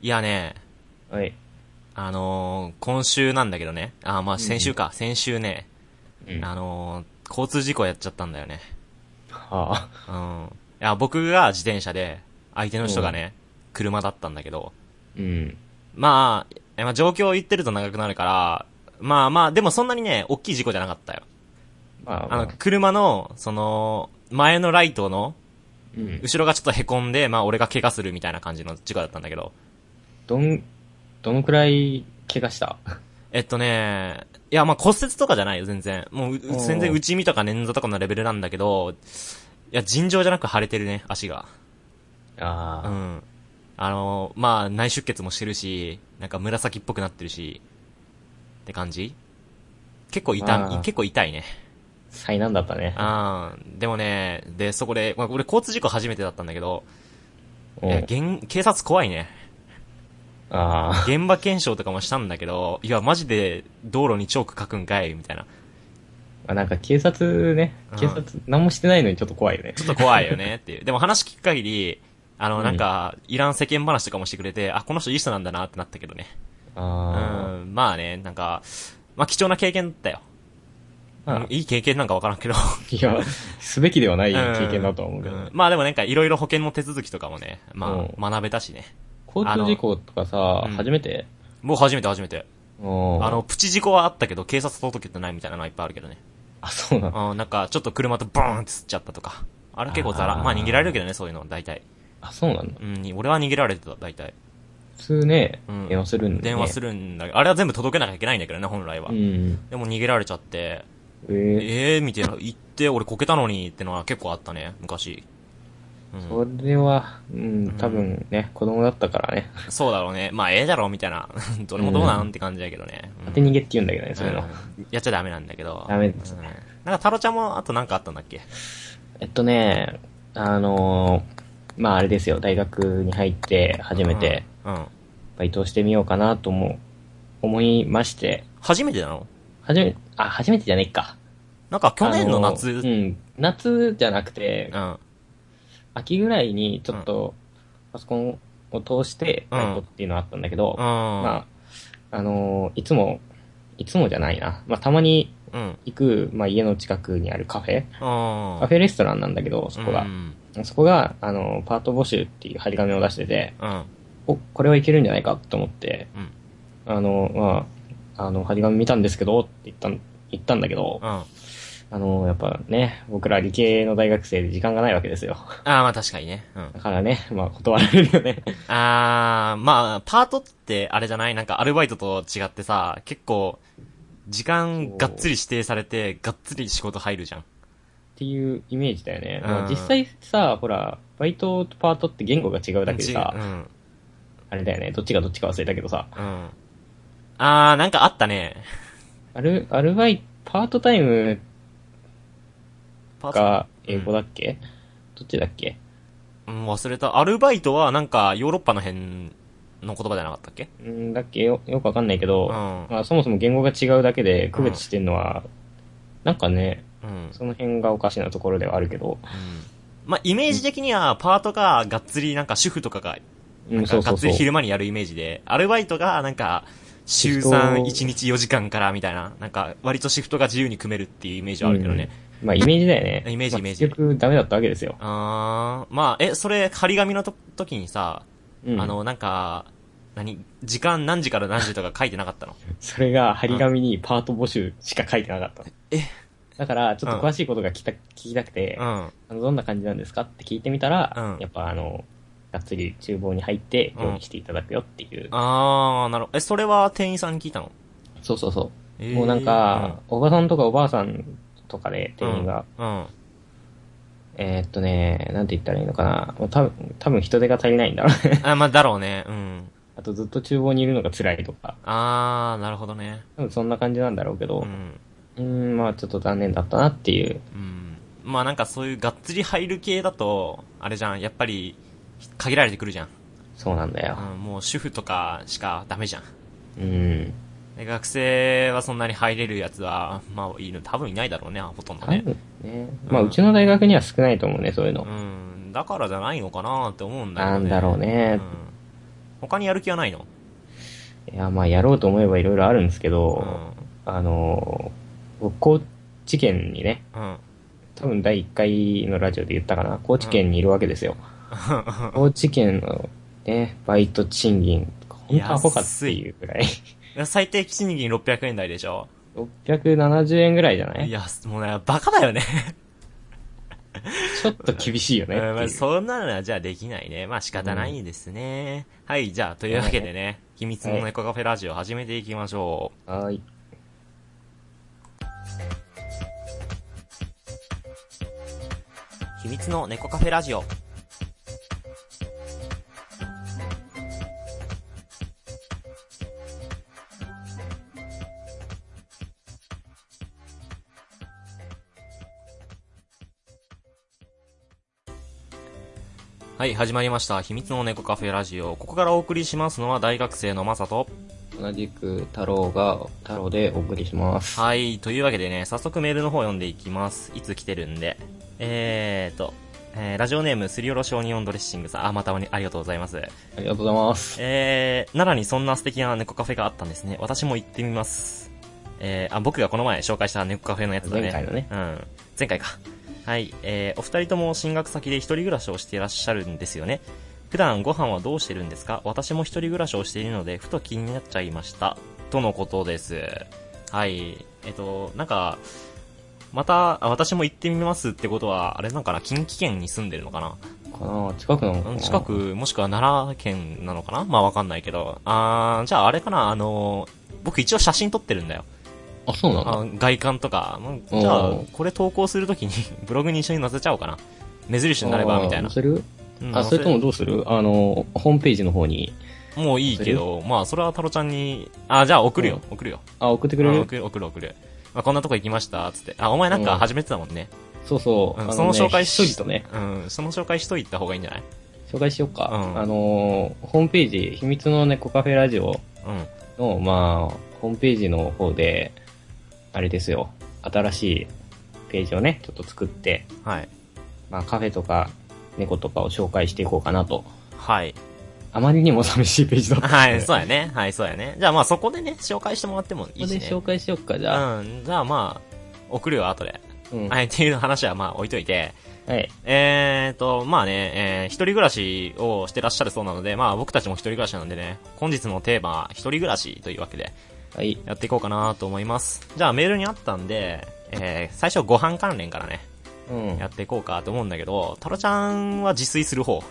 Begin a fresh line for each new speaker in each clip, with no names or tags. いやね、
はい。
あのー今週なんだけどね。あー、まあ先週か。先週ね、
うん。
あ
は
のー交通事故やっちゃったんだよね。
あ。
うん。いや、僕が自転車で、相手の人がね、車だったんだけど、
うん。
まあ、えまあ、状況を言ってると長くなるから、まあまあ、でもそんなにね、大きい事故じゃなかったよ。
まあ、
あ
まあ
の、車の、その、前のライトの、
うん。
後ろがちょっと凹んで、まあ俺が怪我するみたいな感じの事故だったんだけど、
どん、どのくらい怪我した
えっとね、いや、まあ骨折とかじゃないよ、全然。もうう、
おー
全然内身とか捻挫とかのレベルなんだけど、いや、尋常じゃなく腫れてるね、足が。う
あ
ん。あの、まあ、内出血もしてるし、なんか紫っぽくなってるし、って感じ結構
あ
痛い、
ー
結構痛いね。
あ、災難だったね。
あーでもね、で、そこで、まあ、俺交通事故初めてだったんだけど、
うん
いや現警察怖いね。
あ
現場検証とかもしたんだけど、いや、マジで道路にチョーク書くんかいみたいな。
あ。なんか警察ね
うん、
警察何もしてないのにちょっと怖いよね
ちょ。っと怖いよねっていう。でも話聞く限り、あ
う
の、
ん
なんか、いらん世間話とかもしてくれて、あ、この人いい人なんだなってなったけどね。う
あ
ん、まあね、なんか、まあ貴重な経験だったよ。
あ。まあ
いい経験なんかわからんけど。
いや、すべきではない
うん
経験だとは思うけど
ん
ね。
まあでもなんかいろいろ保険の手続きとかもね、ま
う
あ学べたしね。
交通事故とかさ
あのうん、
初めて
もう初めて初めて。
あ
あの、、プチ事故はあったけど、警察届けてないみたいなのはいっぱいあるけどね。
あ、そうなんだ。
うん、なんかちょっと車とバーンって吸っちゃったとか。あれ結構ザラ。
あー
まあ逃げられるけどね、そういうの、大体。
あ、そうなんだ。
うん、俺は逃げられてた、大体。
普通ね
うん、
電話するんで。
電話す
る。
るんだけど、あれは全部届けなきゃいけないんだけどね、本来は。
うん。
でも逃げられちゃって、
ええ。
ええー、みたいな、行って、俺こけたのにってのは結構あったね、昔。うん、
それは、う
うん
ん、多分ね、子供だったからね。
そうだろうね。まあ、ええだろう、みたいな。 どれもどうなんって感じだけどね。うん
当て逃げって言うんだけどね、そういうの。
うんやっちゃダメなんだけど。
ダメです
うんなんか、タロちゃんも、あとなんかあったんだっけ
えっとね、あのーまああれですよ、大学に入って初めて。
うん。うん
バイトをしてみようかなとも思いまして、
初めてなの
初め、あ、初めてじゃねえか。
なんか、去年の夏、
あーうん、夏じゃなくて、
うん。
秋ぐらいにちょっと、パソコンを通してバイトっていうのあったんだけど、
うん。
まあ、あのーいつも、いつもじゃないな。まあたまに
うん。
行く、まあ家の近くにあるカフェ、
うん。
カフェレストランなんだけど、そこが
う。ん。
そこが、あの、パート募集っていう張り紙を出してて、
うん。
お、これはいけるんじゃないかと思って、
うん。
あの、まあ、あの、張り紙見たんですけど、って言ったん、言ったんだけど、
うん。あ
あの、やっぱね、僕ら理系の大学生で時間がないわけですよ。
あー、まあ確かにね。うん。
だからね、まあ断られるよね。
あー、まあ、パートってあれじゃないなんかアルバイトと違ってさ、結構、時間がっつり指定されて、がっつり仕事入るじゃん。
っていうイメージだよね。
うん
まあ実際さ、ほら、バイトとパートって言語が違うだけで
う
さ、
ん。
あれだよね、どっちがどっちか忘れたけどさ、
うん。あー、なんかあったね。
アル、アルバイト、パートタイム
パート、
が英語だっけ、どっちだっけ
うん、忘れた。アルバイトはなんかヨーロッパの辺の言葉じゃなかったっけ
うんだっけよ、よくわかんないけど、
うん
まあ、そもそも言語が違うだけで区別してるのは、なんかね、
うん。うん。
その辺がおかしなところではあるけど、
まあ、イメージ的には、パートががっつりなんか主婦とかが、
う
なん
ん、
か
そう
が
そ
っ
う
つ
そう
り。昼間にやるイメージで、アルバイトがなんか、週
人
3、1日4時間からみたいな、なんか、割とシフトが自由に組めるっていうイメージはあるけどね。
まあ、イメージだよね。
イメージ
まあ
イメージ
結局ダメだったわけですよ。
あー、まあ、え、それ、張り紙のと時にさ、
うん、
あ、の、なんか、何、時間何時から何時とか書いてなかった の
それが張り紙にパート募集しか書いてなかった。
え
だから、ちょっと詳しいことが聞きた聞きたくて、
うん。
あのどんな感じなんですかって聞いてみたら、
うん
やっぱあの、がっつり厨房に入って料理していただくよっていう。
あー、なるほど。え、それは店員さんに聞いたの
そうそうそう。
えー
もうなんか、おばさんとかおばあさんとかで
うん
店員が、
うん。
えーっとね、なんて言ったらいいのかな。もう多分、多分人手が足りないんだろうね。
あ、まあ、だろうね。うん。
あとずっと厨房にいるのが辛いとか。
あー、なるほどね。
多分そんな感じなんだろうけど。
う。
うんーん、まあちょっと残念だったなっていう。
うん。まあ、なんかそういうがっつり入る系だと、あれじゃん、やっぱり、限られてくるじゃん。
そうなんだよ。
うん、もう主婦とかしかダメじゃん。
うん。
で学生はそんなに入れるやつは、まあ、いる、多分いないだろうね、ほとんど
多
ね。
分ね。まあうちの大学には少ないと思うね、そういうの
う。ん、だからじゃないのかなって思うんだけど
なんだろうね。
他にやる気はないの
いや、まあ、やろうと思えばいろいろあるんですけ
う
ど、
ん。
あのー、僕高知県にね、
うん。
多分第1回のラジオで言ったかな、高知県にいるわけです よ。高知県のね、バイト賃金、本当アホかっていうくらい。
最低賃金600円台でしょ
670円ぐらいじゃない
いや、もうね、バカだよね。
ちょっと厳しいよ ねって
うんま
い
あ
う。
そんなのはじゃあできないね。まあ仕方ないですね。はい、じゃあというわけでね、秘密の猫カフェラジオ始めていきましょう。
はーい。
秘密の猫カフェラジオ。はい、始まりました。秘密の猫カフェラジオ。ここからお送りしますのは大学生のまさと。
同じく太郎が、太郎でお送りします。
はい、というわけでね、早速メールの方読んでいきます。いつ来てるんで。えーと、えー、ラジオネームすりおろしオニオンドレッシングさん。あ、またおにありがとうございます。
ありがとうございます。
えー、奈良にそんな素敵な猫カフェがあったんですね。私も行ってみます。えー、あ、僕がこの前紹介した猫カフェのやつだね。
前回のね。
うん。前回か。はい。えー、お二人とも進学先で一人暮らしをしていらっしゃるんですよね。普段ご飯はどうしてるんですか私も一人暮らしをしているので、ふと気になっちゃいました。とのことです。はい。えっと、なんか、また、あ私も行ってみますってことは、あれなんかな、近畿圏に住んでるのかな
かな近くなのかな
近。く、もしくは奈良県なのかなまあわかんないけど。あー、じゃああれかなあのー、僕一応写真撮ってるんだよ。
あ、そうなの
あ外観とか。うん
おー
じゃあ、これ投稿するときに ブログに一緒に載せちゃおうかな。目印になれば、みたいな
あー。載せる
うん
あ、それとも
載
どうするあの、ホームページの方に。
せもういいけど、まあそれは太郎ちゃんに、あ、じゃあ送るよ、送るよ。
あ、送ってく
あ
れる
送る、送る、送る。まあこんなとこ行きました、つって。あ、お前なんか始めてたもんね。
そうそう。
うん
あ
その
ね
紹介
ひっそりとね、
うん、その紹介しといた方がいいんじゃない
紹介しようか。
うん
あの、ホームページ、秘密の猫カフェラジオ
うん。
の、まあ、ホームページの方で、あれですよ、新しいページをね、ちょっと作って、
はい。
まあ、カフェとか猫とかを紹介していこうかなと。
はい。
あまりにも寂しいページだった。
はい、 そうやね。はい、そうやね。じゃあまあそこでね、紹介してもらってもい
ここ
いし
で
ね。
紹介しよっか、じゃあ。
うん、じゃあまあ、送るよ、後で。
うんは
はい、っていう話はまあ置いといて。
い。
えーと、まあね、えー、一人暮らしをしてらっしゃるそうなので、まあ僕たちも一人暮らしなんでね、本日のテーマは一人暮らしというわけで、
はい。
やっていこうかなと思います。じゃあメールにあったんで、えー、最初ご飯関連からね、
うん
や。っていこうかと思うんだけど、タロちゃんは自炊する方。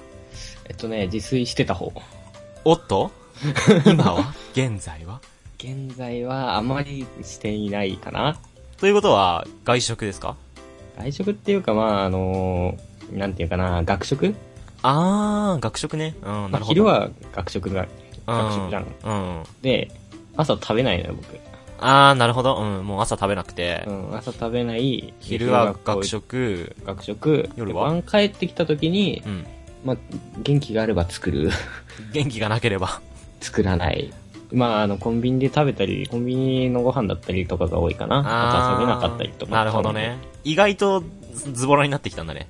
えっとね、自炊してた方。
おっ と今は現在は
現在はあまりしていないかな。
ということは、外食ですか
外食っていうか、まあ、あのーなんていうかな、学食
あー、学食ね。うん、なるほど。
昼は学食が、
うん、
学食じゃん。
うん。
で、朝食べないのよ、僕。
あー、なるほど。うん、もう朝食べなくて、
うん、朝食べない。
昼は
校
学。食、
学食。
夜は
で晩帰ってきた時に
う、ん。
まあ、元気があれば作る。
元気がなければ。
作らない。まあ、あの、コンビニで食べたり、コンビニのご飯だったりとかが多いかな。 あ
ー
と遊べなかったりとか。
なるほどね。意外とズズボラになってきたんだね。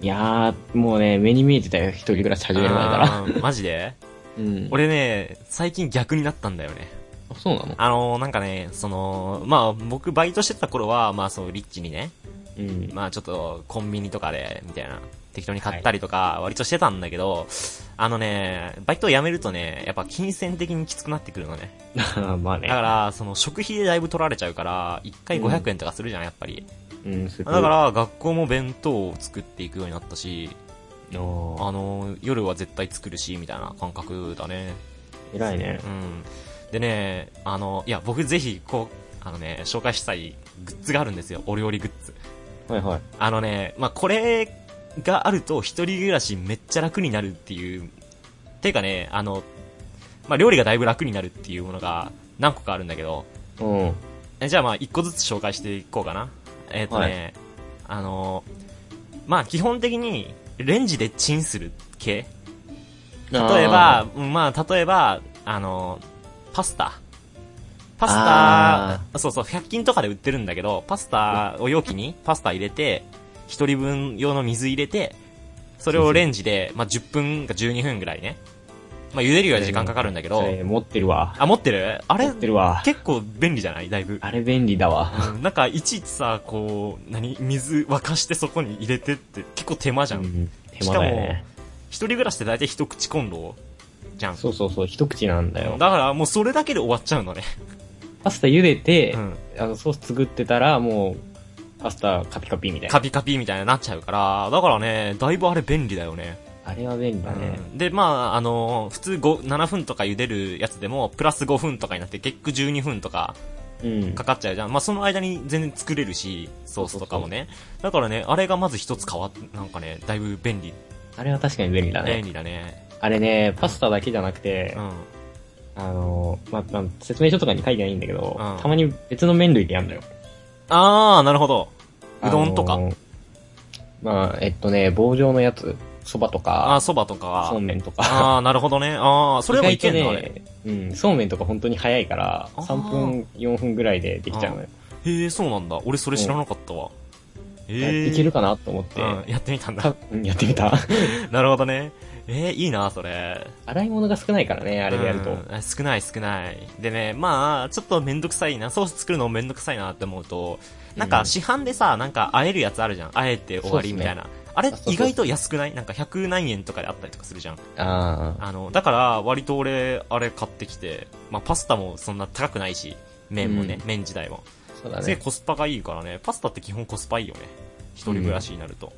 いやー、もうね、目に見えてたよ、一人暮らし始める前から。
あーマジ で
うん。
俺ね、最近逆になったんだよね。
あそうなの
あのー、なんかね、その、まあ、僕バイトしてた頃は、まあ、そう、リッチにね、
うん。
まあちょっとコンビニとかで、みたいな、適当に買ったりとか、割としてたんだけど、あのね、バイトを辞めるとね、やっぱ金銭的にきつくなってくるのね。
まあ
だ
ね。
から、その食費でだいぶ取られちゃうから、1回500円とかするじゃん、やっぱり。
うん、すごい
だから、学校も弁当を作っていくようになったし、
おー
あの、夜は絶対作るし、みたいな感覚だね。
偉いね
う。ん。でね、あの、いや、僕ぜひ、こう、あのね、紹介したいグッズがあるんですよ。お料理グッズ。
はいはい。
あのね、まあ、これがあると一人暮らしめっちゃ楽になるっていう、ていうかね、あの、まあ、料理がだいぶ楽になるっていうものが何個かあるんだけど、
うん。
えじゃあまあ、一個ずつ紹介していこうかな。えっ、とね、あの、まあ、基本的にレンジでチンする系例えば、うんまあ、例えば、あの、パスタ。パス
あ
タ、そうそう、100均とかで売ってるんだけど、パスタを容器にパスタ入れて、一人分用の水入れて、それをレンジで、まあ、10分か12分ぐらいね、まあ、茹でるよりは時間かかるんだけど
そ、れ持ってるわ。
あ、持ってるあれ
持ってるわ。
結構便利じゃないだいぶ。
あれ便利だわ。
うんなんか、いちいちさ、こう、何水沸かしてそこに入れてって、結構手間じゃん。
うん手
し
間
かも
だよね。、
一人暮らしって大体一口コンロじゃん。
そうそうそう、一口なんだよ。
だから、もうそれだけで終わっちゃうのね。
パスタ茹でて、
うん
あのソース作ってたら、もう、パスタカピカピみたいな。
カピカピみたいになっちゃうから、だからね、だいぶあれ便利だよね。
あれは便利だね。
うんで、まあ、あの普通5 7分とか茹でるやつでも、プラス5分とかになって、結局12分とか
うん。
かかっちゃうじゃん。まあ、その間に全然作れるし、ソースとかもね。だからね、あれがまず一つ変わっ、なんかね、だいぶ便利、
あれは確かに便利だね
便。利だね。
あれね、パスタだけじゃなくて
う、ん。
あの、ま、ま、説明書とかに書いてないんだけど
うん、
たまに別の麺類でやるんだよ。
あー、なるほど。うどんとか
あ。の。まあ、えっとね、棒状のやつ、そば
あ
と
ー、
か、
そばとか。
そうめんとか。
あー、なるほどね。あー、それもいけん
意
の、あ
外
れ。
とね、うん、そうめんとか本当に早いから、
あー
3分、4分ぐらいでできちゃうのよ。
へえ、そうなんだ。俺それ知らなかったわ。へえ。
いけるかなと思って、
うん、やってみたんだ
た。うんやってみた。
なるほどね。えー、いいな、それ。
洗い物が少ないからね、あれでやる
う
と。
ん少ない少ない。でね、まあ、ちょっとめんどくさいな、ソース作るのめんどくさいなって思うと、なん
う
か
ん
市販でさ、なんか和えるやつあるじゃん。和えて終わりみたいな。あれ
あそうそう
意外と安くないなんか100何円とかであったりとかするじゃん。
ああ。
あの、だから割と俺、あれ買ってきて、まあパスタもそんな高くないし、麺もね、
う
麺自体も。
そうだ
すげえ
ね。
コスパがいいからね、パスタって基本コスパいいよね。一人暮らしになると。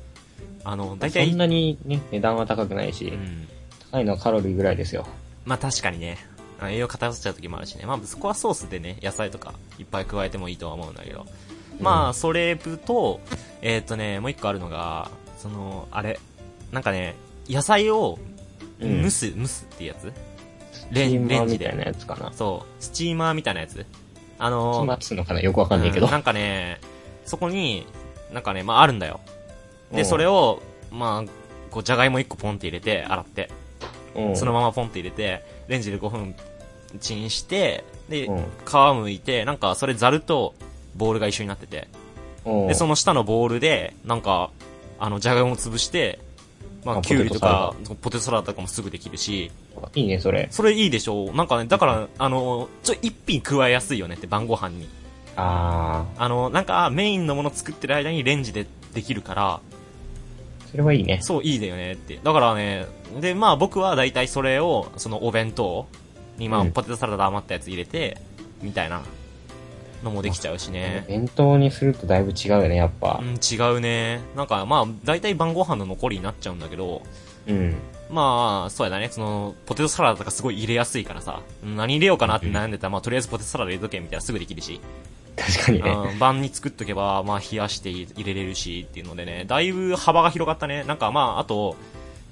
あの、大
そ
体、
んなにね、値段は高くないうし、
ん。
高いのはカロリーぐらいですよ。
まあ確かにね、あ栄養偏っちゃう時もあるしね。まあそこはソースでね、野菜とかいっぱい加えてもいいとは思うんだけど。ま
う
あ、それと、えーっとね、もう一個あるのが、その、あれ、なんかね、野菜を
うん
蒸す、蒸すっていうやつレ
レ
ン
ン
レンジ
み
で
たいなやつかな。
そう、スチーマーみたいなやつあ
ス
の
マ
ー
ッツのかなよくわかんないけど。
うんなんかね、そこに、なんかね、まああるんだよ。
う
で、
ん
それを、まあ、こう、じゃがいも1個ポンって入れて、洗って、
うん
そのままポンって入れて、レンジで5分チンして、で、
うん
皮むいて、なんか、それザルとボールが一緒になってて、
うん
で、その下のボールで、なんか、あの、じゃがいもを潰して、まあ、
あ
きゅうりとか、ポテトサラダとかもすぐできるし、
いいね、それ。
それいいでしょうなんかね、だから、あの、ちょ、一品加えやすいよねって、晩ご飯に。
あ
あの、なんか、メインのもの作ってる間にレンジでできるから、
ー、それはいいね。
そう、いいだよねって。だからね、で、まあ僕は大体それを、そのお弁当に、まあ
うん
ポテトサラダ余ったやつ入れて、みたいなのもできちゃうしね。
弁当にするとだいぶ違うよね、やっぱ
う。ん、違うね。なんかまあ大体晩ご飯の残りになっちゃうんだけど、
うん。
まあ、そうやだね。その、ポテトサラダとかすごい入れやすいからさ、何入れようかなって悩んでたら、まあとりあえずポテトサラダ入れとけみたいなすぐできるし、
確かにね。
うん、晩に作っとけば、まあ冷やして入れれるしっていうのでね、だいぶ幅が広がったね。なんかまあ、あと、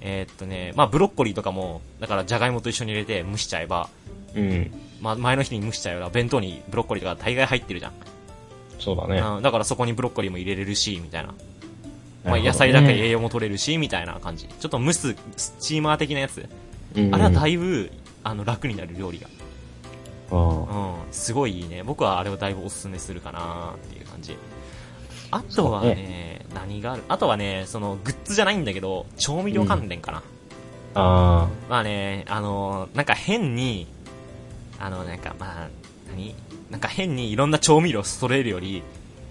えーっとね、まあブロッコリーとかも、だからじゃがいもと一緒に入れて蒸しちゃえば、
うん。
まあ前の日に蒸しちゃえば、弁当にブロッコリーとか大概入ってるじゃん。
そうだね。
うん、だからそこにブロッコリーも入れれるし、みたいな。ま
な
あ
るほどね
野菜だけ栄養も取れるし、みたいな感じ。ちょっと蒸す、スチーマー的なやつ。
うん
あれはだいぶ、あの、楽になる料理が。
う
う
ん
ん、すごいいいね。僕はあれをだいぶおすすめするかなっていう感じ。あとはね、
そう
何があるあとはね、その、グッズじゃないんだけど、調味料関連かな。
あ
まあね、あの、なんか変に、あの、なんか、まあ、何なんか変にいろんな調味料を揃えるより、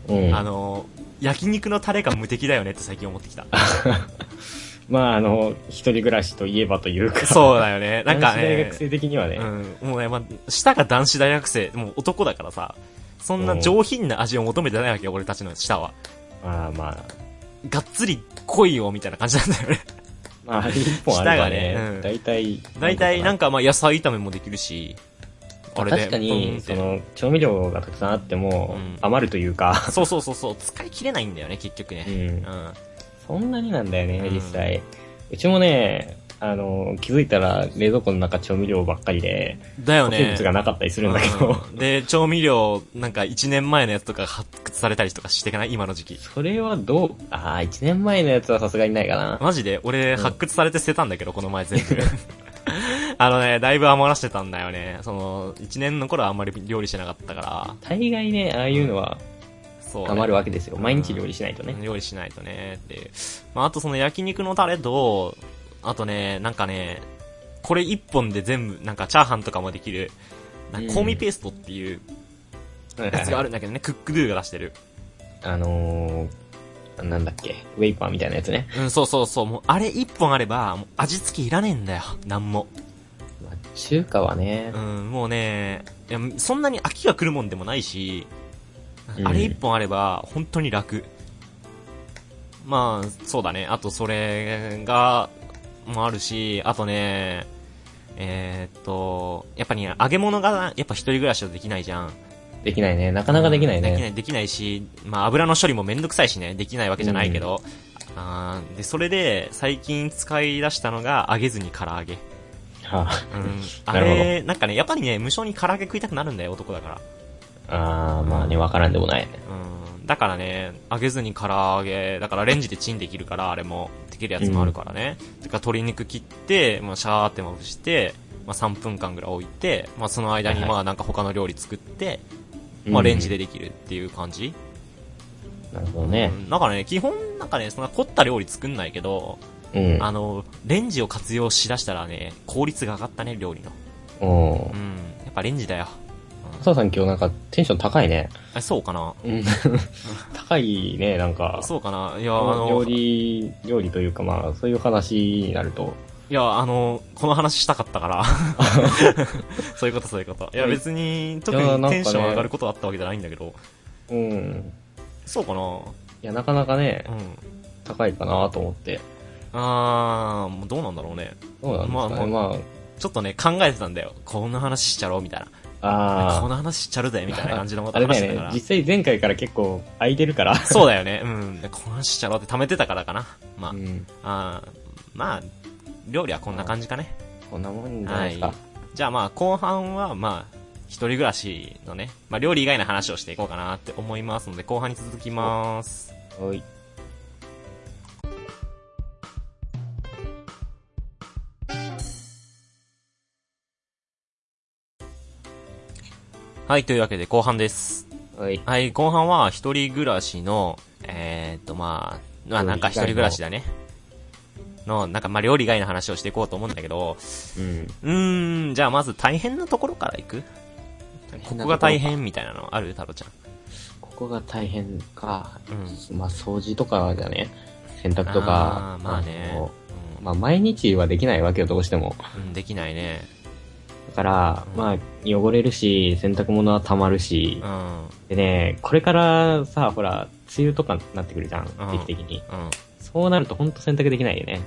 ー。うん。
あの、焼肉のタレが無敵だよねって最近思って きた。
まあ、あの、一人暮らしといえばというか。
そうだよね。なんか
男子大
ね
学、生的にはね。
うん、もうね、まあ、舌が男子大学生、もう男だからさ、そんな上品な味を求めてないわけよ、俺たちの舌は。
まあまあ。
がっつり濃いよ、みたいな感じなんだよ ね。
まあ、あれ一本あれば
舌がねう
ね
ん。
大体。
大体なん
か
かまあ野菜炒めもできるし、あれで。
確か
ブン
に、
って
その、調味料がたくさんあっても
うん、
余るというか、
そうそうそうそう、使い切れないんだよね、結局ね。
うん
うん。
そんなになんだよね
う、ん
実際。うちもね、あの、気づいたら冷蔵庫の中調味料ばっかりで、
だよ
保
ね。
健物がなかったりするんだけど、
うんで、調味料、なんか1年前のやつとか発掘されたりとかしてかない今の時期。
それはどう、ああ、1年前のやつはさすがにないかな。
マジで俺、
ん
発掘されて捨てたんだけど、この前全部。 あのね、だいぶ余らしてたんだよね。その、1年の頃はあんまり料理しなかったから、
大概ね、ああいうのは
そう、ね。
余るわけですよ。
うん
毎日料理しないとね。
料理しないとねっていうまあ、あとその焼肉のタレと、あとね、なんかね、これ一本で全部、なんかチャーハンとかもできる、なんか香味ペーストっていうやつがあるんだけどね、クックドゥが出してる。
あのー、なんだっけ、ウェイパーみたいなやつね。
うん、そうそうそう、もうあれ一本あれば、もう味付けいらねえんだよ、なんも。
まあ中華はね
う、ん、もうね、いやそんなに飽きが来るもんでもないし、
うん
あれ一本あれば、本当に楽。まあ、そうだね。あと、それが、もあるし、あとね、えーっと、やっぱり揚げ物が、やっぱ一人暮らしだとできないじゃん。
できないね。なかなかできない
できな
ね。
い、できないし、まあ油の処理もめんどくさいしね、できないわけじゃないけど。あーで、それで、最近使い出したのが、揚げずに唐揚げ。う
は
ん。あ
なるほど
れ、なんかね、やっぱりね、無性に唐揚げ食いたくなるんだよ、男だから。
あ、あー、まあね、わからんでもないね。
うん。だからね、揚げずに唐揚げ、だからレンジでチンできるから、あれも、できるやつもあるからね。てか、鶏肉切って、まあ、シャーってまぶして、まあ、3分間ぐらい置いて、まあ、その間に、
はい
まあ、なんか他の料理作って、まあ、レンジでできるっていう感じ。
なるほどね
う。ん、だからね、基本、なんかね、そんな凝った料理作んないけど、
うん。
あの、レンジを活用しだしたらね、効率が上がったね、料理の。
お
う
ー
ん。やっぱレンジだよ。うん
朝さん今日なんかテンション高いね。
あそうかな
うん高いね、なんか。
そうかないや、あの、
料理、料理というかまあ、そういう話になると。
いや、あの、この話したかったから。 そういうこと、そういうこと。いや、別に、特
いやなん
に
かね
テンション上がることあったわけじゃないんだけど。
うん。
そうかない
や、なかなかね、
うん。
高いかなと思って。
あー、もうどうなんだろうね。
どうなんですかね。
ま
まあ、
ちょっとね、考えてたんだよ。こんな話しちゃろう、みたいな。こん
あ
な話しちゃるぜ、みたいな感じの
あ
こ。
あ
と
れ
話
だ
してたか
よね
ら。。
実際前回から結構空いてるから。
そうだよね。うん。この話しちゃろうって溜めてたからかな。まあ、
うん。
あーまあ、料理はこんな感じかね。
こんなもんじゃな
はい
ですか
い。。じゃあまあ、後半はまあ、一人暮らしのね、まあ料理以外の話をしていこうかなって思いますので、後半に続きます。
はい。
はい、というわけで後半です。
はい。
はい、後半は一人暮らしの、えー、っとまあ、まあなんか一人暮らしだね。の、なんかまあ料理以外の話をしていこうと思うんだけど、
うん。
うーん、じゃあまず大変なところからいくここが大。変みたいなのある太郎ちゃん。
ここが大変か。
う
まあ、掃除とかだね。洗濯とか
あ。ーまあね。
のまあ、毎日はできないわけよ、どうしても。
うんうん、できないね。
だから、まあ、汚れるし、洗濯物は溜まるし
う、ん、うん。
でね、これからさ、ほら、梅雨とかになってくるじゃん、定期的に。そうなるとほんと洗濯できないよね。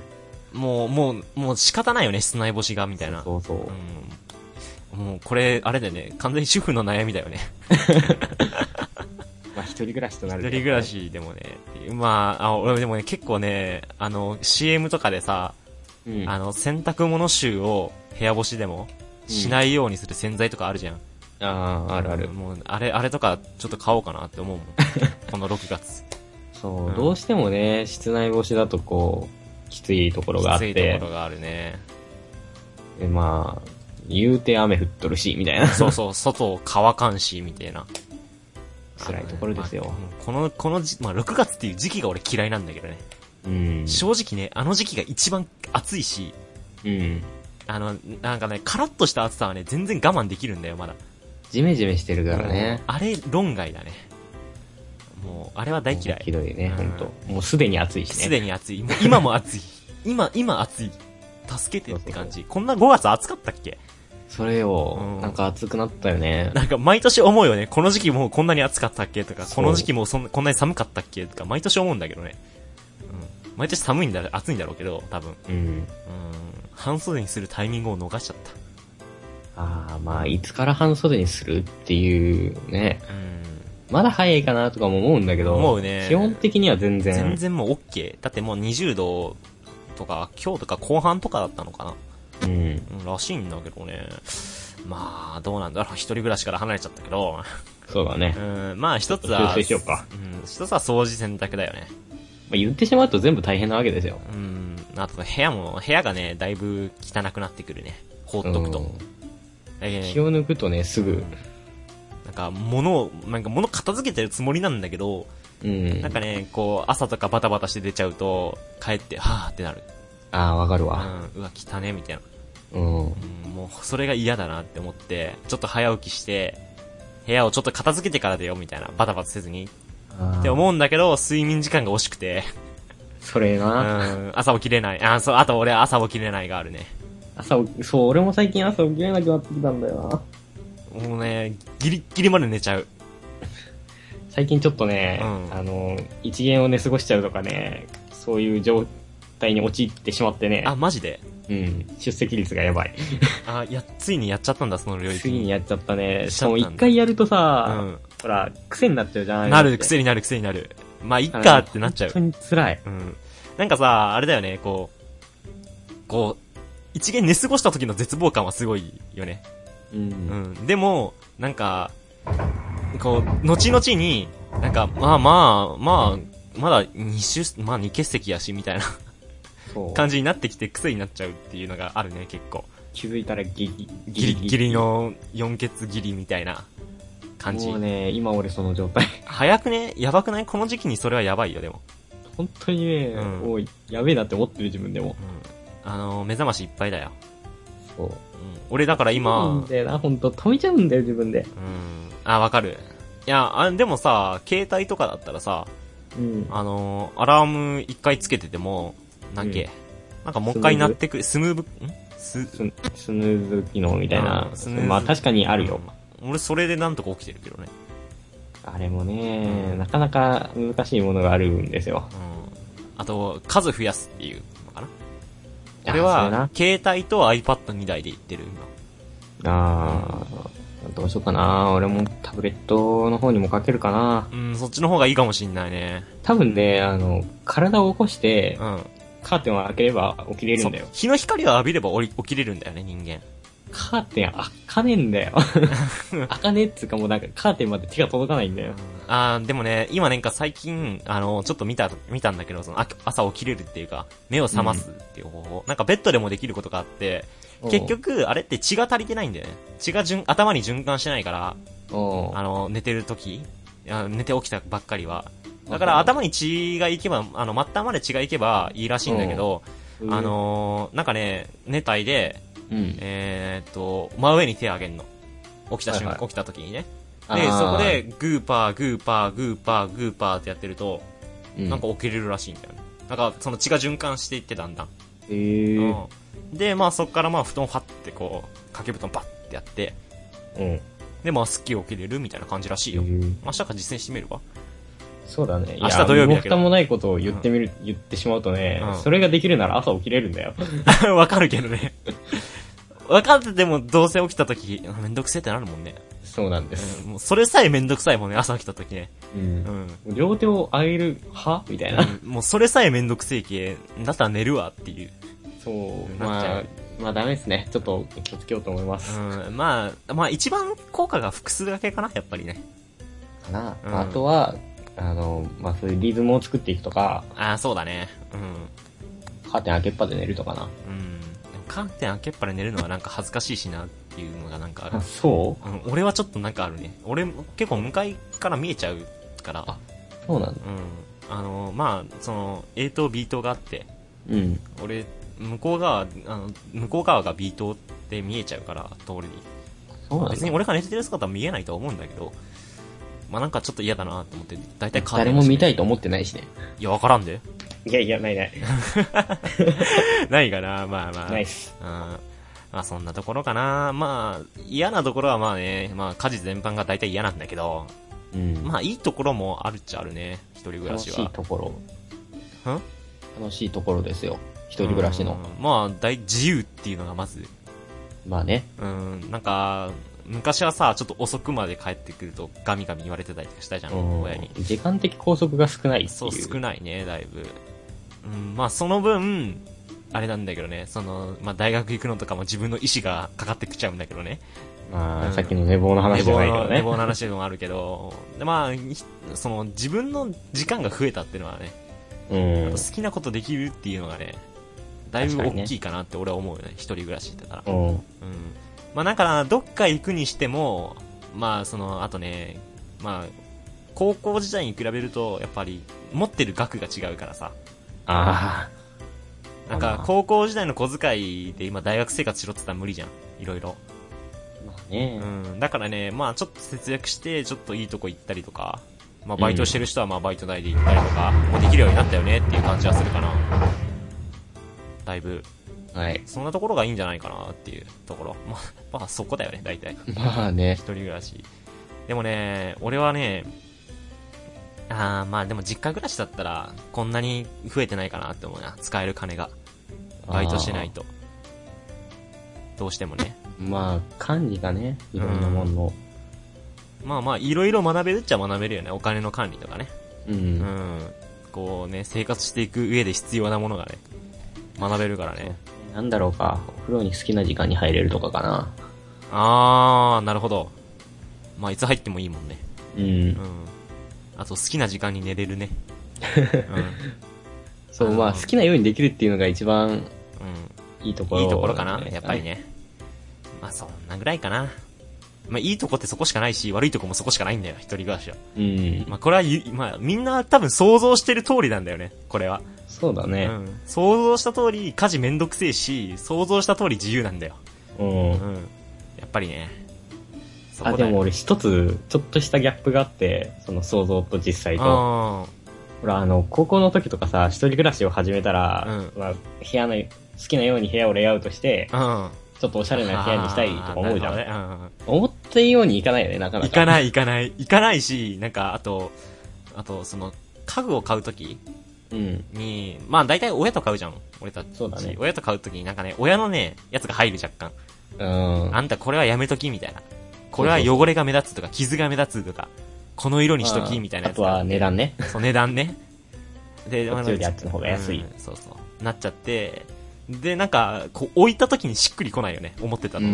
もう、もう、もう仕方ないよね、室内干しが、みたいな。
そうそう。
うん。もう、これ、あれだよね、完全に主婦の悩みだよね。
まあ、一人暮らしとな
一
る
人
と
暮ら。しでもね、まあ、あ俺でもね、結構ね、あの、CM とかでさ、
うん。
あ
あ
の、洗濯物集を部屋干しでも、しないようにする洗剤とかあるじゃん。
あー、あるある。
もう、あれ、あれとか、ちょっと買おうかなって思 うもん。この6月。
そう、
うん
どうしてもね、室内干しだとこう、きついところがあっ
きついと
て
こ、ろがあるね。
でまあ、言うて雨降っとるし、み たいな。
そうそう、外を乾かんし、みたいな。
辛いところです
あ
よ
のねまあこの、このじ、まあ、6月っていう時期が俺嫌いなんだけどね。
うん。
正直ね、あの時期が一番暑いし、
うん。
あの、なんかね、カラッとした暑さはね、全然我慢できるんだよ、まだ。
ジメジメしてるからね。
あれ、論外だね。もう、あれは大嫌
ひ
い。
どいね、
うん
ほんと。もうすでに暑いしね。
すでに暑い。もう今も暑い。今、今暑い。助けてって感じ。こんな5月暑かったっけ
それを、
うん
なんか暑くなった よね。
なんか毎年思うよね。この時期もうこんなに暑かったっけとか、
そう
この時期もうそんこんなに寒かったっけとか、毎年思うんだけどね。うん。毎年寒いんだろ、暑いんだろうけど、多分。うん。
うん。
半袖にするタイミングを逃しちゃっ
ああ、まあ、いつから半袖にするっていうね。
た。うん。
まだ早いかなとかも思うんだけど。
思うね
基本的には全然。
全然もう OK。だってもう20度とか、今日とか後半とかだったのかな。
うん。
うんらしいんだけどね。まあ、どうなんだろう。一人暮らしから離れちゃったけど。
そうだ ね
う。ん、まあ一つ
修
は、
正しようか。
うん、一つは掃除洗濯だよね。
まあ、言ってしまうと全部大変なわけですよ。
うん、あと部屋も、部屋がね、だいぶ汚くなってくるね。放っとくと。
うん
えー
気を抜くとね、すぐ。
なんか、物を、なんか物片付けてるつもりなんだけど、
うん。
なんかね、こう、朝とかバタバタして出ちゃうと、帰って、はぁってなる。
ああ、わかる
う
わ。
ん、うわ、汚ね、みたいな。
うん。
もう、それが嫌だなって思って、ちょっと早起きして、部屋をちょっと片付けてからだよ、みたいな。バタバタせずに。って
う。
思うんだけど、睡眠時間が惜しくて。
それ
う
な、
ん、朝起きれない。あ、そう、あと俺朝起きれないがあるね。
朝起き、そう、俺も最近朝起きれなくなってきたんだよな。
もうね、ギリッギリまで寝ちゃう。
最近ちょっとね、
うん
あの、一元を寝過ごしちゃうとかね、そういう状態に陥ってしまってね、
あ、マジで
うん、出席率がやばい。
あ、や、ついにやっちゃったんだ、その領域。
次にやっちゃったね。
し
し
ちゃ
か
ったん
も
だ
一回やると
う
さ、
ん。
ほら、癖になっちゃうじゃん。
なる、癖になる、癖になる。まあ、いっ
あの
かってなっちゃう。
本当に辛い。
うん。なんかさ、あれだよね、こう、こう、一元寝過ごした時の絶望感はすごいよね。
う。
うんん。でも、なんか、こう、後々に、なんか、まあまあ、まあ、まだ2週、まあ2欠席やし、みたいな
そう。
感じになってきて癖になっちゃうっていうのがあるね、結構。
気づいたらギリ
ギリギリの4欠ギリみたいな感じ。
もうね、今俺その状態。
早くねやばくないこの時期にそれはやばいよ、でも。
本当にね、
うん
もうやべえなって思ってる自分でも。
うん。あの、目覚ましいっぱいだよ。
そう。
うん。俺だから今、
なんだよな、本当止めちゃうんだよ、自分で。
うん。あ、わかる。いや、あ、でもさ、携帯とかだったらさ、
うん。
あのーアラーム一回つけてても、なんけ、なんかもう一回鳴ってくる、スムーブ、んス、
ススヌーズ機能みたいな
うんスヌー。ズ
まあ確かにあるよ。
うん。俺それでなんとか起きてるけどね。
あれもね、
うん
なかなか難しいものがあるんですよ。
うん。あと、数増やすっていうのかな。
あ
俺
それ
は
な、
携帯と iPad2 台で行ってる、今。
ああ、どうしようかな。俺もタブレットの方にもかけるかな。
うん、そっちの方がいいかもしんないね。
多分ね、あの、体を起こして
う、ん。
カーテンを開ければ起きれるんだよ
そう。日の光を浴びればおり起きれるんだよね、人間。
カーテン開かねえん だよ。開かねえっつうかもうなんかカーテンまで手が届かないんだよ。
あーでもね、今なんか最近、あの、ちょっと見た、見たんだけど、その、あ朝起きれるっていうか、目を覚ますっていう方法、なんかベッドでもできることがあって、結局、あれって血が足りてないんだよね。血が順、頭に循環してないから、
おう、
あの、寝てる時、あ寝て起きたばっかりは。だか
う
ら
ん
頭に血が行けば、あの、末端まで血が行けばいいらしいんだけど、
うん
あ、のーなんかね、寝体で、
うん。
えーっと、真上に手を上げんの。起きた瞬間、
はいはい
起きた時にね。
あ
で、
ー
そこ、で、グーパー、グーパー、グーパー、グーパーってやってると、
うん
なんか、起きれるらしいんだよね。なんか、その血が循環していって、だんだん。
えー、
うんで、まあ、そこから、まあ、布団をファって、こう、掛け布団バッてやって、
うん。
で、まあ、すっきり起きれるみたいな感じらしいよ。明日から実践してみるわ。
そうだね。いや
明日土曜日だけど
身も蓋もないことを言ってみる、言ってしまうとね、
うん
それができるなら朝起きれるんだよ。
わかるけどね。わかってても、どうせ起きた時、あめんどくせえってなるもんね。
そうなんです。
うんもうそれさえめんどくさいもんね、朝起きた時ね。
うん
うん。
両手を上げる派みたいな。
もうそれさえめんどくせえけ、だったら寝るわっていう。
そう、
なっちゃ
まあ
う、
まあダメですね。ちょっと気をつけようと思います。
うん、まあ、まあ一番効果が複数だけかな、やっぱりね。
かな。
うん
まああとは、あの、まあそういうリズムを作っていくとか、
ああ、そうだね。うん。
カーテン開けっぱで寝るとかな。
うん。でも観点開けっぱで寝るのはなんか恥ずかしいしなっていうのがなんかある
あ、。そう
うん、俺はちょっとなんかあるね。俺も結構向かいから見えちゃうから。
あそうなんだ。
うん。あの、まあ、その、A 棟 B 棟があって、
うん。
俺、向こう側、あの、向こう側が B 棟って見えちゃうから、通りに。
そうなん
別
だ
に。俺が寝てる姿は見えないとは思うんだけど、まあなんかちょっと嫌だなと思って、大体カーテ
誰
ン
も見た
い。
いと思ってないしね。
いや、わからん で。
いやいや、ないない。
ないかな、まあまあ。
ないっす。
うん。まあそんなところかな。まあ、嫌なところはまあね、まあ家事全般が大体嫌なんだけど、
うん。
まあいいところもあるっちゃあるね、一人暮ら
楽
し
し
は。
いところ。楽しいところですよ。一人暮らしの。
うん。まあ、大、自由っていうのがまず。
まあね。
うん、なんか、昔はさ、ちょっと遅くまで帰ってくるとガミガミ言われてたりとかしたじゃん、親に。
うん時間的拘束が少ないっていう。
そう、少ないね、だいぶ。うん、まあ、その分、あれなんだけどね、その、まあ、大学行くのとかも自分の意思がかかってきちゃうんだけどね。
ま
う
あ、
ん
さっきの寝坊の話じゃないけど
寝
ね
坊。の話でもあるけど、でまあ、ひその、自分の時間が増えたっていうのはね、
うん
好。きなことできるっていうのがね、だいぶ大きいかなって俺は思うよね、一人暮らしだから。
うん。
うん。まあ、だから、どっか行くにしても、まあ、その、あとね、まあ、高校時代に比べると、やっぱり、持ってる額が違うからさ。
ああ。
なん
あ
か
ま、あ
高校時代の小遣いで今大学生活しろって言ったら無理じゃん。いろいろ。
まあね、
うん。だからね、まあちょっと節約して、ちょっといいとこ行ったりとか、まあバイトしてる人はまあバイト代で行ったりとか、もうできるようになったよねっていう感じはするかな。だいぶ。
はい。
そんなところがいいんじゃないかなっていうところ。まあ、ま あそこだよね、大体。
まあね
一。人暮らし。でもね、俺はね、あーまあでも実家暮らしだったら、こんなに増えてないかなって思うな。使える金が。バイトしないと。どうしてもね。
あー。まあ、管理がね、いろんなものを。
まあまあ、いろいろ学べるっちゃ学べるよね。お金の管理とかね。
う。
うんん。こうね、生活していく上で必要なものがね、学べるからね。
なんだろうか、お風呂に好きな時間に入れるとかかな。
あー、なるほど。まあ、いつ入ってもいいもんね。
うん
う。ん。あと、好きな時間に寝れ るね。うん。
そう、
あー
まあ、好きなようにできるっていうのが一番
うん。
いいところ、
いいところかな、やっぱり。ね。まあそんなぐらいかな。まあいいとこってそこしかないし、悪いとこもそこしかないんだよ、一人暮らしは。
うん。
まあこれはゆ、まあみんな多分想像してる通りなんだよね、これは。
そうだ
う
ね。
ん。想像した通り、家事めんどくせえし、想像した通り自由なんだよ。
うん。
うん。やっぱりね。そ
あ、
こ
で
だ
も
よ。
俺一つ、ちょっとしたギャップがあって、その想像と実際と。
あ
ほら、あの、高校の時とかさ、一人暮らしを始めたら、
う
まあ、部屋の、好きなように部屋をレイアウトして、
あ、うん。
ちょっとおしゃれな部屋にしたいとか思うじゃ
あ
ん。
ーなるほどね
思ったようにいかないよね、なか
うん。
なか。
行かない行かない。行かないし、なんか、あと、あと、その、家具を買うとき
うん。
に、まあ大体親と買うじゃん、俺たち。
そうだね
親と買うときになんかね、親のね、やつが入る若干。
うん。
あんたこれはやめとき、みたいな。これは汚れが目立つとか、傷が目立つとか、この色にしとき、みたいな
あ
やつ
と
が。
は値段ね。
そう、値段ね。で
こっちより
まあ
あっちの方が安い
うんそうそう。なっちゃって、で、なんか、こう置いたときにしっくりこないよね、思ってた
う
の。
ん。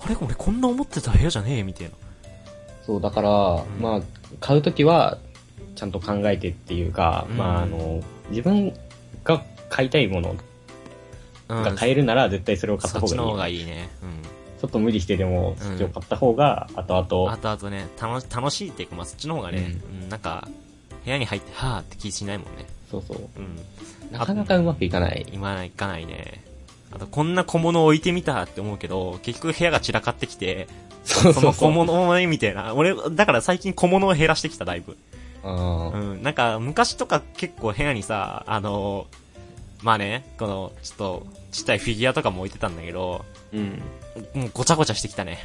あれ俺こんな思ってた部屋じゃねえみたいな。
そう、だから、
ん
まあ、買うときは、ちゃんと考えてっていうか、
うん
まあ、あの、自分が買いたいもの
うん
が買えるなら、絶対それを買った
そっ
方
ち
がいい。
の方がいいね。うん。
ちょっと無理してでも、そっちを買った方が、後々、
あとあとね、楽し楽しいっていうか、まあ、そっちの方がね、うん、なんか、部屋に入って、はーって気しないもんね。
そうそう。
うん。
なかなかうまくいかない。
今いかないね。あと、こんな小物置いてみたって思うけど、結局部屋が散らかってきて、
そ
その小物をね、みたいな。俺、だから最近小物を減らしてきた、だいぶ。
あ
う
ー
ん。なんか、昔とか結構部屋にさ、あの、まあね、この、ちょっと、ちっちゃいフィギュアとかも置いてたんだけど、
うん。
もうごちゃごちゃしてきたね。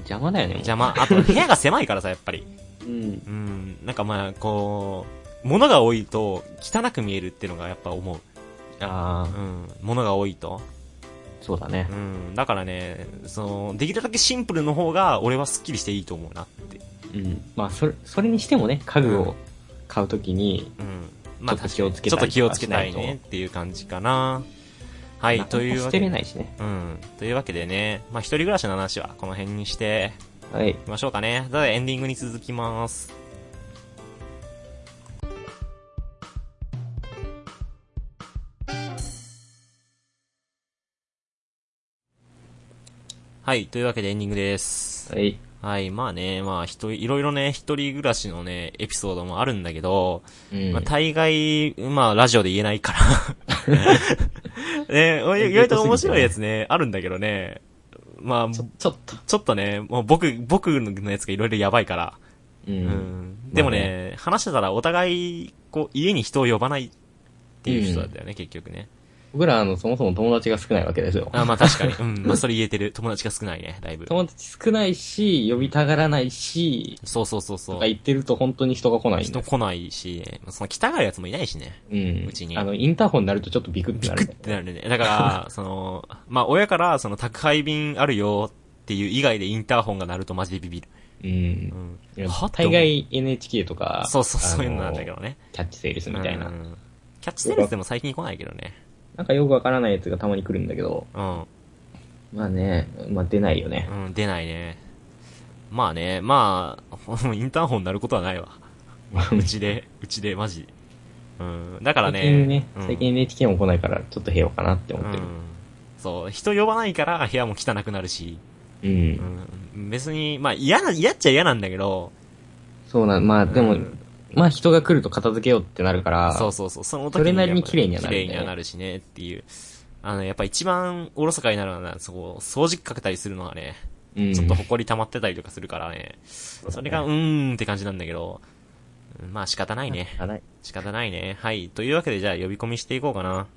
邪魔だよね、もう
邪魔。あと、部屋が狭いからさ、やっぱり。
うん。
うん、なんかまあ、こう、物が多いと汚く見えるっていうのがやっぱ思う。
ああ、
うん、物が多いと。
そうだね
う。ん、だからね、その、できるだけシンプルの方が俺はスッキリしていいと思うなって。
うん。まあ、それ、それにしてもね、家具
うん
を買うときに、
うん。まあ
ち
確か
ょっと気を
に
つけ
ちょ
た
っ
り
と気を
とか
つけ
しな
た
い
い
と
ねっていう感じかな。は、
はい
という
捨
わ
て
け
れ
で。
ないしね。
うん。というわけでね、まあ一人暮らしの話はこの辺にして
はい。
いきましょうかね。ただエンディングに続きます。はい、というわけでエンディングです。
はい。
はい、まあね、まあ、人、いろいろね、一人暮らしのね、エピソードもあるんだけど、
うん。
まあ、大概、まあ、ラジオで言えない から。ね、おい意外と面白いやつね、あるんだけどね。まあ、
ちょちょっと。
ちょっとね、もう僕、僕のやつがいろいろやばいから。
う。
うんん。でも
まあ
ね、話してたらお互い、こう、家に人を呼ばないっていう人だったよね、結局ね。
僕ら、あの、そもそも友達が少ないわけですよ。
あまあ確かに。うん。まあそれ言えてる。友達が少ないね、だいぶ。
友達少ないし、呼びたがらないし、
そうそうそうそ
と
う
か。言ってると本当に人が来ないんだ
人
よ。
来ないし、まあその来たがるやつもいないしね。
うん。
うちに
あの、インターホンになるとちょっとビクってなる。
ってなるね。だ から、その、まあ親から、その宅配便あるよっていう以外でインターホンが鳴るとマジでビビる。
う。
うんん。
いや
はって
大
思う
概 NHK とか、
そうそう、そういうのなん
あ
だけどね。
キャッチセールスみたいな。
うんキャッチセールスでも最近来ないけどね。
なんかよくわからないやつがたまに来るんだけど、
うん。
まあね、まあ出ないよね。
うん、出ないね。まあね、まあ、 インターホンになることはないわ。うちで、うちで、マジで。うん、だからね。
最近ね、
うん
最近 NHK も来ないから、ちょっと平和かなって思ってる
う。んそう、人呼ばないから部屋も汚くなるし、
うん。
うん、別に、まあ嫌な、嫌っちゃ嫌なんだけど、
そうなん、まあでも、
うん
まあ人が来ると片付けようってなるから、
そうそうそう、その時
それなりに綺麗には
やっぱ
なる
綺
ね
麗にはなるしねっていう。あの、やっぱ一番おろそかになるのは、そこ、掃除機かけたりするのはね、
うん。
ちょっと埃溜まってたりとかするからね、それが、うーんって感じなんだけど、うんまあ仕方ないね。
あない。
仕方ないね。はい。というわけで、じゃあ呼び込みしていこうかな。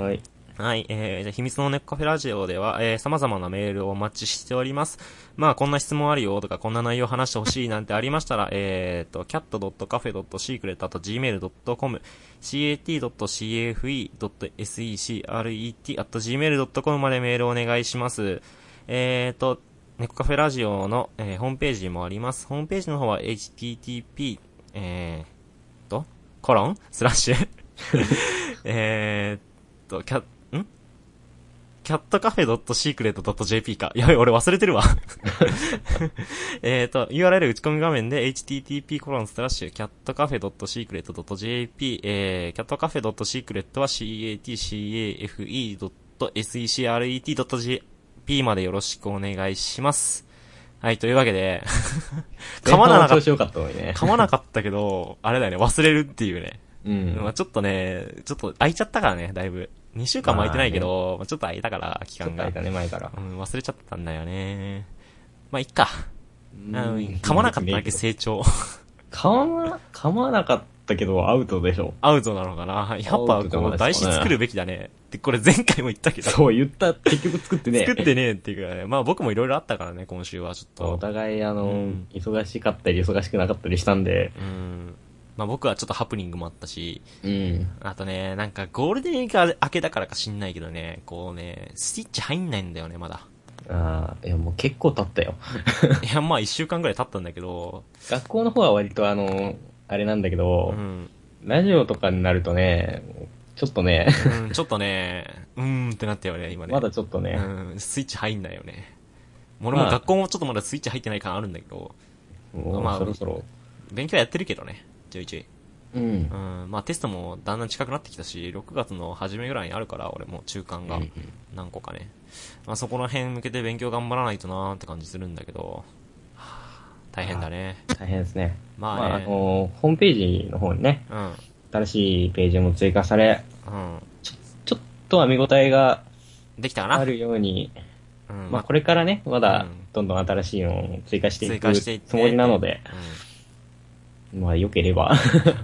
はい。
はい、えー、じゃあ秘密のネッカフェラジオでは、えー、様々なメールをお待ちしております。まあ、こんな質問あるよとか、こんな内容話してほしいなんてありましたら、えーと、cat.cafe.secret.gmail.com、cat.cafe.secret.gmail.com までメールお願いします。えーと、ネコカフェラジオの、えーホームページもあります。ホームページの方は http、えーと、コロンスラッシュ えーっと、キャ、んキャットカフェ .secret.jp か。やべ、俺忘れてるわ。 えっと、URL 打ち込み画面で http コロンスラッシュキャットカフェ .secret.jp えー、キャットカフェ .secret は catcafe.secret.jp までよろしくお願いします。はい、というわけで、 噛まなかっ
調子良かったのにね。
噛まなかったけど、あれだよね、忘れるっていうね。
うん。
まあちょっとね、ちょっと空いちゃったからね、だいぶ。2週間も空いてないけど、まあちょっと空いたから、期
ちょっ
間
と
が。う
空いたね、前から。
ん、忘れちゃったんだよね。まあいっか。うん、噛
噛
まなかっただけ成 長。
噛ま、噛まなかったけど、アウトでしょ。
アウトなのかなやっ
ア
ぱ、
ウトじゃ
こ
な
う、
いで
台
すかね
紙作るべきだね。で、これ前回も言ったけど、
そう言った、結局作ってね。
作ってねえっていうかね、まあ僕もいろいろあったからね、今週はちょ
お
っと。
互い、あの、
うん
忙しかったり、忙しくなかったりしたんで。
うん。まあ僕はちょっとハプニングもあったし、
うん。
あとね、なんかゴールデンウィーク明けだからか知んないけどね、こうね、スイッチ入んないんだよね、ま だ。
ああ、いや、もう結構経ったよ。
いや、まあ一週間ぐらい経ったんだけど、
学校の方は割と、あの、あれなんだけど
う、ん。
ラジオとかになるとね、ちょっとね、
うん、ちょっとね、うーんってなったよね、今ね。
まだちょっとね、
うん、スイッチ入んないよね。俺も
まあ
学校もちょっとまだスイッチ入ってない感あるんだけど、
もう
まあ
そろそろ。
勉強はやってるけどね、ちょいちょい。
うん
う。ん、まあテストもだんだん近くなってきたし、6月の初めぐらいにあるから、俺も中間が
うん
何個かね。まあそこら辺向けて勉強頑張らないとなーって感じするんだけど、はあ大変だね。
大変ですね。ま
ま
あ、
あ
あ
ね、
の、ホームページの方にね、新しいページも追加され、
うん、うん。
ちょっとは見応えが
できたかな
あるように、
うん、
まあこれからね、まだ
うん
どんどん新しいのを追加してい
追加
く
していって
つもりなので、
うん
まあ良ければ。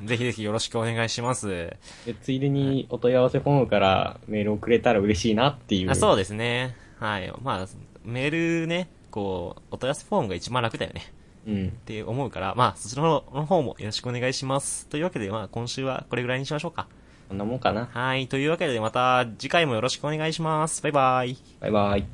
ぜひぜひよろしくお願いします。
でつ いでにお問い合わせフォームからメールをくれたら嬉しいなっていう。
あそうですね。はい。まあ、メールね、こう、お問い合わせフォームが一番楽だよね。
うん。
って思うから、まあ、そちらの方もよろしくお願いします。というわけで、まあ、今週はこれぐらいにしましょうか。
こんなもんかな。
はい。というわけで、また次回もよろしくお願いします。バイバイ。
バイバイ。